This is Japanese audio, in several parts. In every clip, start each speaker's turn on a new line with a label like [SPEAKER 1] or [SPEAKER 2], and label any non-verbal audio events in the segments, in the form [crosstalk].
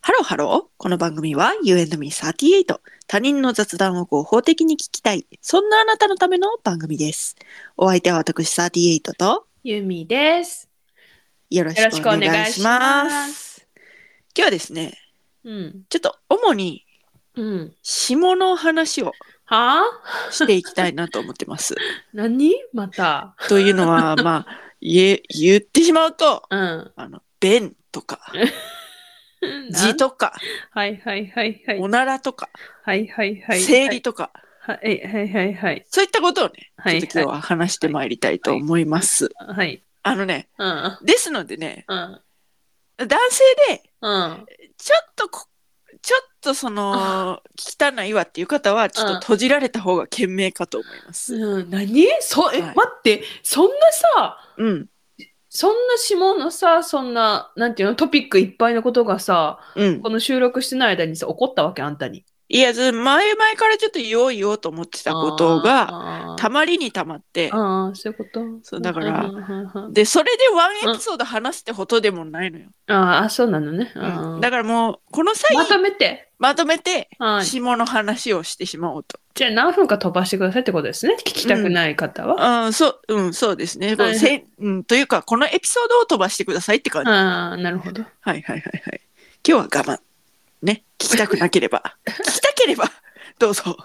[SPEAKER 1] ハロー。この番組は You and me38。他人の雑談を合法的に聞きたい。そんなあなたのための番組です。お相手は私38と
[SPEAKER 2] ゆみです。
[SPEAKER 1] よろし
[SPEAKER 2] よろし
[SPEAKER 1] くお
[SPEAKER 2] くお
[SPEAKER 1] 願
[SPEAKER 2] 願
[SPEAKER 1] い
[SPEAKER 2] い
[SPEAKER 1] し
[SPEAKER 2] し
[SPEAKER 1] ます。
[SPEAKER 2] ます。
[SPEAKER 1] 今日はですね、
[SPEAKER 2] うん。
[SPEAKER 1] ちょっと主に
[SPEAKER 2] うん。
[SPEAKER 1] 下の話を
[SPEAKER 2] はあ
[SPEAKER 1] していきたいなと思って
[SPEAKER 2] [laughs]
[SPEAKER 1] ます。
[SPEAKER 2] 何また。
[SPEAKER 1] というのは、まあ、言え言ってしまうと、
[SPEAKER 2] うん。
[SPEAKER 1] あの、便とか、字
[SPEAKER 2] なん。
[SPEAKER 1] とか、
[SPEAKER 2] はいはいはいはい。
[SPEAKER 1] おならとか、
[SPEAKER 2] はいはいはい。
[SPEAKER 1] 生理とか、
[SPEAKER 2] はいはいはいはい。
[SPEAKER 1] そういったことをね、
[SPEAKER 2] はい
[SPEAKER 1] ちょっと今日は話してまいりたいと思います。
[SPEAKER 2] はい。
[SPEAKER 1] あのね、
[SPEAKER 2] うん。
[SPEAKER 1] ですのでね、
[SPEAKER 2] うん。
[SPEAKER 1] 男性で、
[SPEAKER 2] うん。
[SPEAKER 1] ちょっとこ、ちょっとその、汚いわっていう方は、ちょっと閉じられた方が賢明かと思います。
[SPEAKER 2] うん、何そえ、
[SPEAKER 1] はい
[SPEAKER 2] 待って、そんなさ、
[SPEAKER 1] うん、
[SPEAKER 2] そんな下のさ、そんな、なんていうの、トピックいっぱいのことがさ、
[SPEAKER 1] うん。
[SPEAKER 2] この収録してない間にさ、起こったわけ、あんたに。
[SPEAKER 1] いや、ず前々からちょっと言おう言おうと思ってたことが、
[SPEAKER 2] あー
[SPEAKER 1] たまりにたまって、
[SPEAKER 2] ああ、そういうこと。
[SPEAKER 1] そうだから
[SPEAKER 2] うんうんうんうん
[SPEAKER 1] で、それでワンエピソード話すってほどでもないのよ。
[SPEAKER 2] ああ、そうなのね。
[SPEAKER 1] う、
[SPEAKER 2] うんん
[SPEAKER 1] だからもう、この際、
[SPEAKER 2] まとめて。
[SPEAKER 1] まとめて、
[SPEAKER 2] はい。
[SPEAKER 1] 下の話をしてしまおうと。
[SPEAKER 2] じゃあ何分か飛ばしてくださいってことですね。聞きたくない方は。
[SPEAKER 1] うん、そう、うん、そうですね。
[SPEAKER 2] はい
[SPEAKER 1] せんうん、というか、このエピソードを飛ばしてくださいって感じ。
[SPEAKER 2] ああ、なるほど。
[SPEAKER 1] はいはいはいはい。今日は我慢。ね。聞きたくなければ。聞きたければ、どうぞ。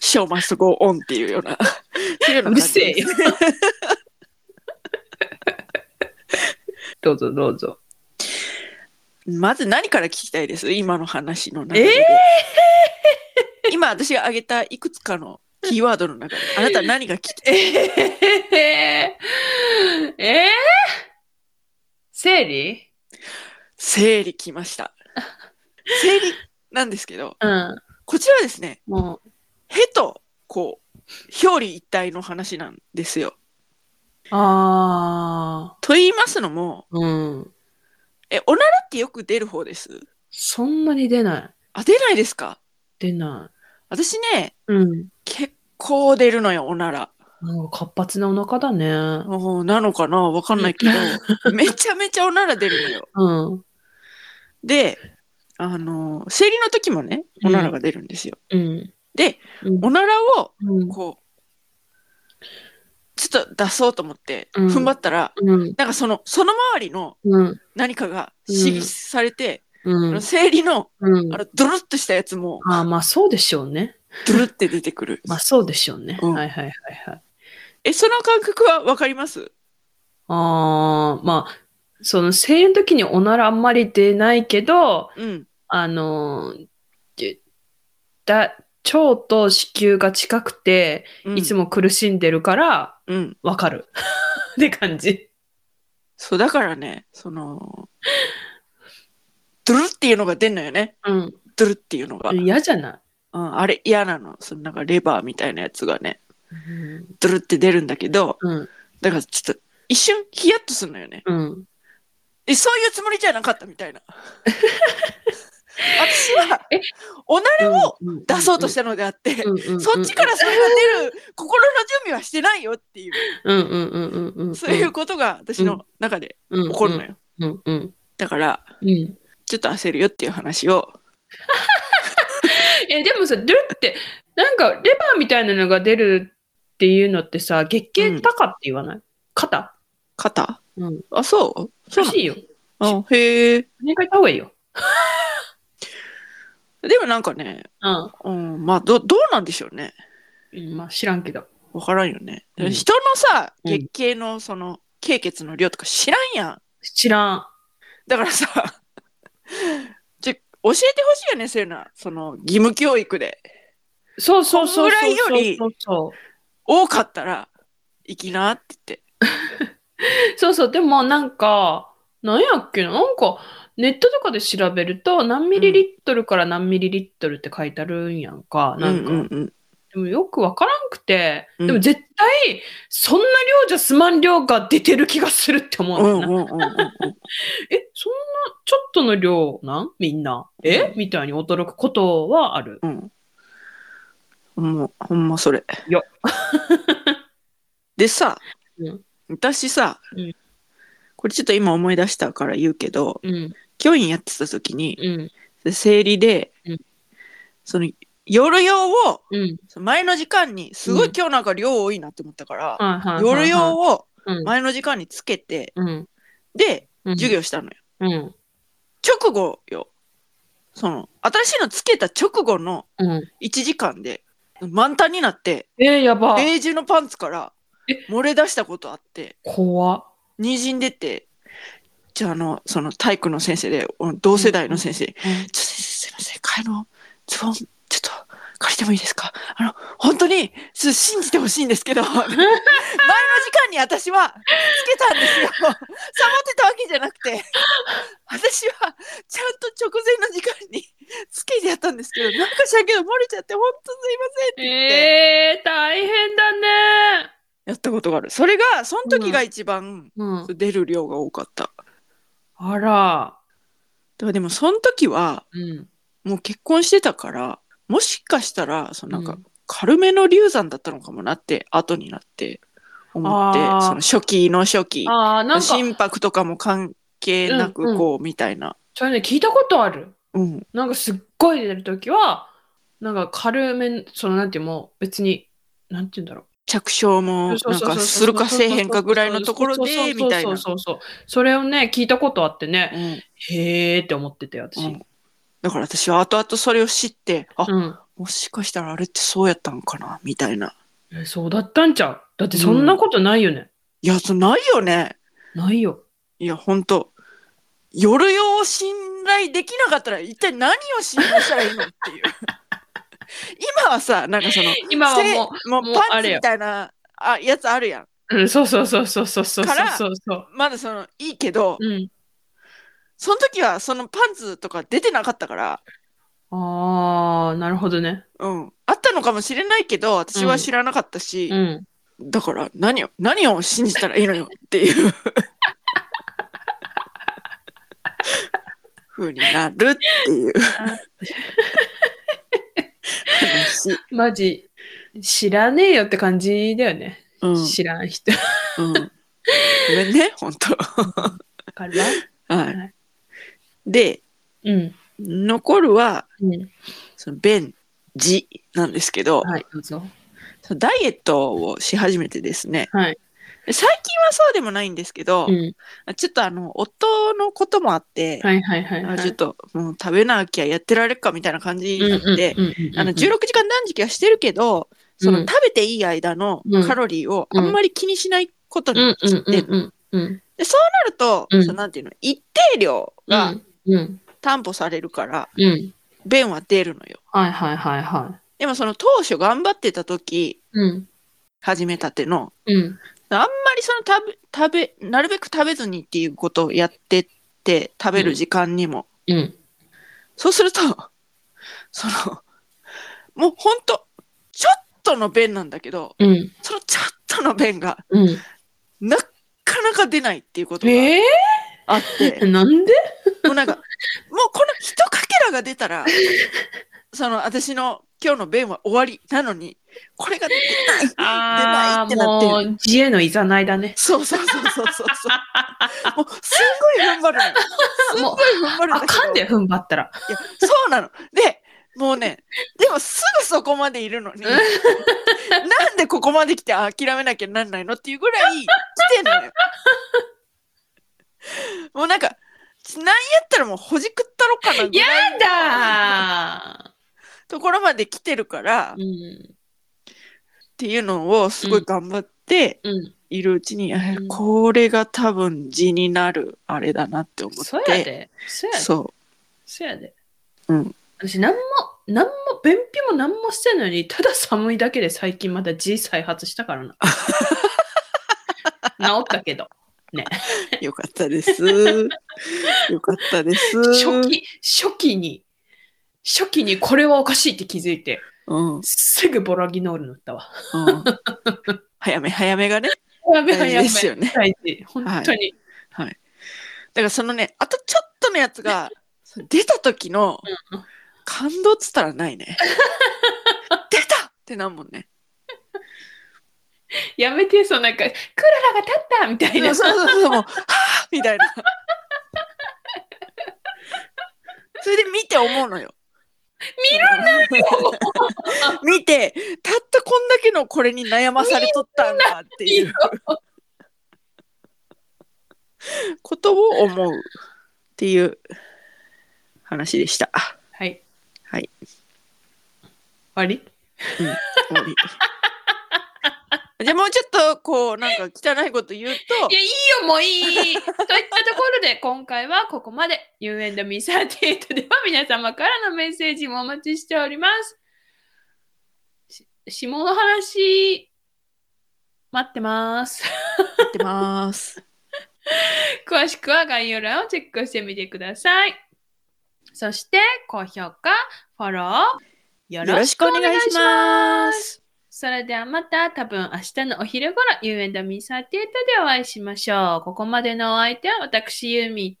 [SPEAKER 1] ショーマストゴーオンっていうような。そういうような
[SPEAKER 2] う
[SPEAKER 1] 感
[SPEAKER 2] る
[SPEAKER 1] じ
[SPEAKER 2] せえ
[SPEAKER 1] です
[SPEAKER 2] よ。どうぞどうぞ。
[SPEAKER 1] [laughs] まず何から聞きたいです今の話の中で。今私が挙げたいくつかのキーワードの中で、あなた何が聞きたい
[SPEAKER 2] えー、えー、えー、生理
[SPEAKER 1] 生理来ました。生理なんですけど、
[SPEAKER 2] うん。
[SPEAKER 1] こちらはですね、
[SPEAKER 2] もう。
[SPEAKER 1] へと、こう、表裏一体の話なんですよ。
[SPEAKER 2] ああ。
[SPEAKER 1] と言いますのも、
[SPEAKER 2] うん。
[SPEAKER 1] え、おならってよく出る方です
[SPEAKER 2] そんなに出ない。
[SPEAKER 1] あ、出ないですか
[SPEAKER 2] 出な
[SPEAKER 1] 私ね、
[SPEAKER 2] い。うん。
[SPEAKER 1] 結構出るのよ、おなら。
[SPEAKER 2] なんか活発なお腹だね。
[SPEAKER 1] おーなのかなわかんないけ
[SPEAKER 2] [laughs]
[SPEAKER 1] ど、めちゃめちゃおなら出るのよ。
[SPEAKER 2] うん。
[SPEAKER 1] で、あのー生理の時もね、おならが出るんですよ。
[SPEAKER 2] うん。
[SPEAKER 1] で、
[SPEAKER 2] うん
[SPEAKER 1] おならを、
[SPEAKER 2] うん
[SPEAKER 1] こう、ちょっと出そうと思って、
[SPEAKER 2] うん
[SPEAKER 1] 踏ん張ったら、
[SPEAKER 2] うん。
[SPEAKER 1] なんかその、その周りの
[SPEAKER 2] うん。
[SPEAKER 1] 何かが
[SPEAKER 2] うん
[SPEAKER 1] 刺激されて、
[SPEAKER 2] う
[SPEAKER 1] あの
[SPEAKER 2] ん。
[SPEAKER 1] 生理の、
[SPEAKER 2] うん
[SPEAKER 1] あ。の、ドロッとしたやつも、
[SPEAKER 2] ああ、まあそうでしょうね。
[SPEAKER 1] ドロッて出てくる。
[SPEAKER 2] まあそうでしょうね。
[SPEAKER 1] うん
[SPEAKER 2] はいはいはいはい。
[SPEAKER 1] え、その感覚はわかります
[SPEAKER 2] ああ、まあ、その生理の時におならあんまり出ないけど、
[SPEAKER 1] うん。
[SPEAKER 2] あのー、じだ腸と子宮が近くて、いつ
[SPEAKER 1] も。
[SPEAKER 2] も苦しんでるから、
[SPEAKER 1] うん。
[SPEAKER 2] わかる。 [laughs] って感じ。
[SPEAKER 1] そう、だからね、その、ドゥルっていうのが出んのよね。
[SPEAKER 2] うん。
[SPEAKER 1] ドゥルっていうのが。うん、
[SPEAKER 2] 嫌じゃな
[SPEAKER 1] あれ嫌なの。そのなんかレバーみたいなやつがね、
[SPEAKER 2] い
[SPEAKER 1] ドゥルって出るんだけど、
[SPEAKER 2] うん。
[SPEAKER 1] だからちょっと一瞬ヒヤッとするのよね。
[SPEAKER 2] うん。
[SPEAKER 1] え、そういうつもりじゃなかったみ
[SPEAKER 2] [laughs]
[SPEAKER 1] たいな。私は
[SPEAKER 2] え、
[SPEAKER 1] おならを
[SPEAKER 2] うん
[SPEAKER 1] 出そうとしたのであって、
[SPEAKER 2] うんうんうん
[SPEAKER 1] そっちからそれが出る心の準備はしてないよっていう、
[SPEAKER 2] うんうんうんうんうんうん。
[SPEAKER 1] そういうことが私の中で
[SPEAKER 2] うん
[SPEAKER 1] 起こるのよ。
[SPEAKER 2] うんうん
[SPEAKER 1] だから、
[SPEAKER 2] うん。
[SPEAKER 1] ちょっと焦るよっていう話を。
[SPEAKER 2] え、でもさ、ドゥルって、なんか、レバーみたいなのが出るっていうのってさ、月経高って言わない、肩
[SPEAKER 1] 肩
[SPEAKER 2] うん。
[SPEAKER 1] あ、そうそう
[SPEAKER 2] ら
[SPEAKER 1] な
[SPEAKER 2] しいよ。
[SPEAKER 1] のあへえ。
[SPEAKER 2] お願いした方がいいよ。
[SPEAKER 1] でもなんかね、
[SPEAKER 2] うん
[SPEAKER 1] うん、まあ、ど、どうなんでしょうね。
[SPEAKER 2] うん。まあ、知らんけど。
[SPEAKER 1] わからんよね。
[SPEAKER 2] うん
[SPEAKER 1] 人のさ、
[SPEAKER 2] うん
[SPEAKER 1] 月経のその、経血の量とか知らんやん。
[SPEAKER 2] 知らん。
[SPEAKER 1] だからさ、 [laughs] ちょ、教えてほしいよね、そういうのは。その、義務教育で。
[SPEAKER 2] そうそうそう
[SPEAKER 1] こ
[SPEAKER 2] そ
[SPEAKER 1] ん
[SPEAKER 2] う
[SPEAKER 1] ぐ
[SPEAKER 2] そ
[SPEAKER 1] ら
[SPEAKER 2] う
[SPEAKER 1] いより
[SPEAKER 2] そうそう。
[SPEAKER 1] 多かったら、行きなって言って。
[SPEAKER 2] そうそう。でも、なんか、なんやっけななんか、ネットとかで調べると、何ミリリットルから何ミリリットルって書いてあるんやんか。なんか、
[SPEAKER 1] うんうんうん。
[SPEAKER 2] でもよくわからんくて、
[SPEAKER 1] うん
[SPEAKER 2] でも絶対、そんな量じゃすまん量が出てる気がするって思う
[SPEAKER 1] う
[SPEAKER 2] の
[SPEAKER 1] ん
[SPEAKER 2] よ
[SPEAKER 1] う
[SPEAKER 2] な。
[SPEAKER 1] んうんうん。
[SPEAKER 2] え、そんなちょっとの量なんみんな。えみたいに驚くことはある。
[SPEAKER 1] うん。ほんま、ほんまそれ。
[SPEAKER 2] よ
[SPEAKER 1] でさ、
[SPEAKER 2] うん
[SPEAKER 1] 私さ、
[SPEAKER 2] うん
[SPEAKER 1] これちょっと今思い出したから言うけど、
[SPEAKER 2] うん。
[SPEAKER 1] 教員やってた時に、
[SPEAKER 2] うん。
[SPEAKER 1] 生理で、
[SPEAKER 2] うん
[SPEAKER 1] その、夜用を、
[SPEAKER 2] うん。
[SPEAKER 1] その前の時間に、すご
[SPEAKER 2] う
[SPEAKER 1] い
[SPEAKER 2] ん
[SPEAKER 1] 今日なんか量多いなって思ったから、
[SPEAKER 2] はいはいはいは
[SPEAKER 1] 夜
[SPEAKER 2] い。
[SPEAKER 1] 用を
[SPEAKER 2] うん。
[SPEAKER 1] 前の時間につけて、
[SPEAKER 2] うん。
[SPEAKER 1] で、
[SPEAKER 2] うん。
[SPEAKER 1] 授業したのよ。
[SPEAKER 2] うん。
[SPEAKER 1] 直後よ。その、新しいのつけた直後の
[SPEAKER 2] うん。
[SPEAKER 1] 1時間で、満タンになって、
[SPEAKER 2] えー、やば。
[SPEAKER 1] ベージュのパンツから
[SPEAKER 2] え
[SPEAKER 1] 漏れ出したことあって、
[SPEAKER 2] 怖っ。
[SPEAKER 1] 滲んでて、じゃあ、あの、その体育の先生で、お同世代の先生、ちょっとすいません、替えのズボン、ちょっと借りてもいいですかあの、本当に、ちょっと信じてほしいんですけど、前の時間に私はつけたんですよ。サボってたわけじゃなくて、私はちゃんと直前の時間につけてやったんですけど、なんかしらんけど漏れちゃって、本当すいませんって言って、
[SPEAKER 2] えー、大変だね。
[SPEAKER 1] やったことがある。それが、その時が一番
[SPEAKER 2] うん。
[SPEAKER 1] 出る量が多かった。
[SPEAKER 2] あら。
[SPEAKER 1] だからでも、その時は、
[SPEAKER 2] うん。
[SPEAKER 1] もう結婚してたから、もしかしたら、そのなんか、
[SPEAKER 2] うん
[SPEAKER 1] 軽めの流産だったのかもなって後になって思って
[SPEAKER 2] あー
[SPEAKER 1] その初期の初期
[SPEAKER 2] ああ、なんか、
[SPEAKER 1] 心拍とかも関係な
[SPEAKER 2] うんう
[SPEAKER 1] く
[SPEAKER 2] ん
[SPEAKER 1] こうみたいな、
[SPEAKER 2] それね、聞いたことある。
[SPEAKER 1] うん
[SPEAKER 2] なんかすっごい出るときは、なんか軽め、そのなんていうもう別に、なんていうんだろう。
[SPEAKER 1] 着床も
[SPEAKER 2] そう
[SPEAKER 1] なん
[SPEAKER 2] そうそう
[SPEAKER 1] か
[SPEAKER 2] そう
[SPEAKER 1] するかせえへんかぐらいのところでみたいな、
[SPEAKER 2] そううんそうそうそうそう。それをね、聞いたことあってね、
[SPEAKER 1] う
[SPEAKER 2] へーって思ってて、私。
[SPEAKER 1] ん、だから私は後々それを知ってあ、
[SPEAKER 2] うん。
[SPEAKER 1] もしかしたらあれってそうやったんかなみたいな
[SPEAKER 2] えそうだったんちゃうだってそんなことないよね。
[SPEAKER 1] いやそうないよね
[SPEAKER 2] ないよ。
[SPEAKER 1] いやほんと夜用を信頼できなかったら一体何を信頼したらいいのっていう
[SPEAKER 2] [laughs]
[SPEAKER 1] 今はさなんかその
[SPEAKER 2] 今はも
[SPEAKER 1] せもう
[SPEAKER 2] もう
[SPEAKER 1] パ
[SPEAKER 2] あ
[SPEAKER 1] ンツ
[SPEAKER 2] れよ
[SPEAKER 1] みたいなあやつあるやん
[SPEAKER 2] う、うん、そうそうそうそうそうそう
[SPEAKER 1] から
[SPEAKER 2] そうそう。
[SPEAKER 1] まだそのいいけど、
[SPEAKER 2] うん。
[SPEAKER 1] その時はそのパンツとか出てなかったから、
[SPEAKER 2] ああ、なるほどね。
[SPEAKER 1] うん、あったのかもしれないけど私は知らなかったし
[SPEAKER 2] う、ん。
[SPEAKER 1] だから何を何を信じたらいいのよっていう [laughs] 風になるっていう話、
[SPEAKER 2] マジ、知らねえよって感じだよね。
[SPEAKER 1] うん
[SPEAKER 2] 知らん人。
[SPEAKER 1] うん、ごめんね本当
[SPEAKER 2] から。
[SPEAKER 1] はいで
[SPEAKER 2] [laughs] うん。
[SPEAKER 1] 残るは
[SPEAKER 2] うん。
[SPEAKER 1] その便字なんですけど、
[SPEAKER 2] はい、どうぞ。
[SPEAKER 1] そのダイエットをし始めてですね
[SPEAKER 2] はい。
[SPEAKER 1] で最近はそうでもないんですけど、
[SPEAKER 2] うん。
[SPEAKER 1] ちょっとあの夫のこともあって、
[SPEAKER 2] はいはいはい、は
[SPEAKER 1] あ
[SPEAKER 2] い。
[SPEAKER 1] ちょっともう食べなきゃやってられっかみたいな感じになって、
[SPEAKER 2] うんうんうんうん、
[SPEAKER 1] あの16時間断食はしてるけど、その
[SPEAKER 2] うん
[SPEAKER 1] 食べていい間の
[SPEAKER 2] うん
[SPEAKER 1] カロリーをあんまり気にしないことに
[SPEAKER 2] う
[SPEAKER 1] なっ
[SPEAKER 2] ん
[SPEAKER 1] て、
[SPEAKER 2] うんうん
[SPEAKER 1] で
[SPEAKER 2] うんうん
[SPEAKER 1] そうなると、
[SPEAKER 2] うん
[SPEAKER 1] そのなんていうの一定量が
[SPEAKER 2] うん
[SPEAKER 1] 担保されるから
[SPEAKER 2] うん
[SPEAKER 1] 便は出るのよ。
[SPEAKER 2] はいはいはいは
[SPEAKER 1] でもその当初頑張ってた時
[SPEAKER 2] いうん
[SPEAKER 1] 始めたての
[SPEAKER 2] うん
[SPEAKER 1] あんまりその食べ食べなるべく食べずにっていうことをやってって食べる時間にも、
[SPEAKER 2] うん
[SPEAKER 1] そうすると、その、もうほんと、ちょっとの便なんだけど、
[SPEAKER 2] うん
[SPEAKER 1] そのちょっとの便が
[SPEAKER 2] うん
[SPEAKER 1] なかなか出ないっていうことが
[SPEAKER 2] え
[SPEAKER 1] あって、
[SPEAKER 2] ー、なんで
[SPEAKER 1] もうなんか、もうこの一かけらが出たら、その私の今日の便は終わりなのに、これが出ない出
[SPEAKER 2] ああ
[SPEAKER 1] ないってな
[SPEAKER 2] も
[SPEAKER 1] ってる。
[SPEAKER 2] う自衛のいざないだね
[SPEAKER 1] そうそうそうそうそうそう。もうすんごい頑張るのよ。すん
[SPEAKER 2] もう
[SPEAKER 1] ごい頑張るんだ
[SPEAKER 2] あ
[SPEAKER 1] けど。
[SPEAKER 2] かんで踏ん張ったら
[SPEAKER 1] いや、そうなの。で、もうね、でもすぐそこまでいるのに、なんでここまで来てあ諦めなきゃなんないのっていうぐらい来てんのよ。もうなんか、なんやったらもうほじくったろかなぐ
[SPEAKER 2] や
[SPEAKER 1] らい
[SPEAKER 2] だ
[SPEAKER 1] ところまで来てるからっ
[SPEAKER 2] ーうん
[SPEAKER 1] ていうのをすごい頑張って
[SPEAKER 2] うん
[SPEAKER 1] いるうちに、あ
[SPEAKER 2] うん
[SPEAKER 1] これが多分字になるあれだなって思って。
[SPEAKER 2] そうやでそうやで
[SPEAKER 1] そ
[SPEAKER 2] そうやで
[SPEAKER 1] うん
[SPEAKER 2] 私何も何も便秘も何もしてんのにただ寒いだけで最近また G 再発したから
[SPEAKER 1] [laughs]
[SPEAKER 2] な治ったけど
[SPEAKER 1] う。よかったです。よかったです。
[SPEAKER 2] 初期、初期に、初期にこれはおかしいって気づいて、
[SPEAKER 1] うん。
[SPEAKER 2] すぐボラギノール塗ったわ。
[SPEAKER 1] うん早め早めがね。
[SPEAKER 2] やべ
[SPEAKER 1] 大事ですよね
[SPEAKER 2] 大事。本当に。
[SPEAKER 1] はい。だからそのね、あとちょっとのやつが、出た時の
[SPEAKER 2] うん
[SPEAKER 1] 感動っつったらないね。出たってなんもんね。
[SPEAKER 2] やめてよ、そうなんか、クララが立ったみたい
[SPEAKER 1] そ
[SPEAKER 2] な
[SPEAKER 1] う。そうそうそう、もう、はぁみたいな。それで見て思うのよ。見るなよ見て、たったこんだけのこれに悩まされとったんだっていうことを思うっていう話でした。
[SPEAKER 2] はい。
[SPEAKER 1] はい。
[SPEAKER 2] 終わり
[SPEAKER 1] 終わり [laughs] じゃあもうちょっとこうなんか汚いこと言うと
[SPEAKER 2] いや、いいよ、もういい。といったところで、今回はここまで。U&Me38 では皆様からのメッセージもお待ちしております。し下の話、待ってます。
[SPEAKER 1] 言ってます。
[SPEAKER 2] 詳しくは概要欄をチェックしてみてください。そして、高評価、フォロー、よ
[SPEAKER 1] よろしくお願いします。
[SPEAKER 2] それではまた多分明日のお昼ごろ You and me38 でお会いしましょう。ここまでのお相手は私ユーミー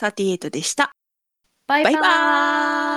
[SPEAKER 2] と
[SPEAKER 1] 38でした。
[SPEAKER 2] バイ
[SPEAKER 1] バ
[SPEAKER 2] バ
[SPEAKER 1] イ
[SPEAKER 2] イ
[SPEAKER 1] バーイ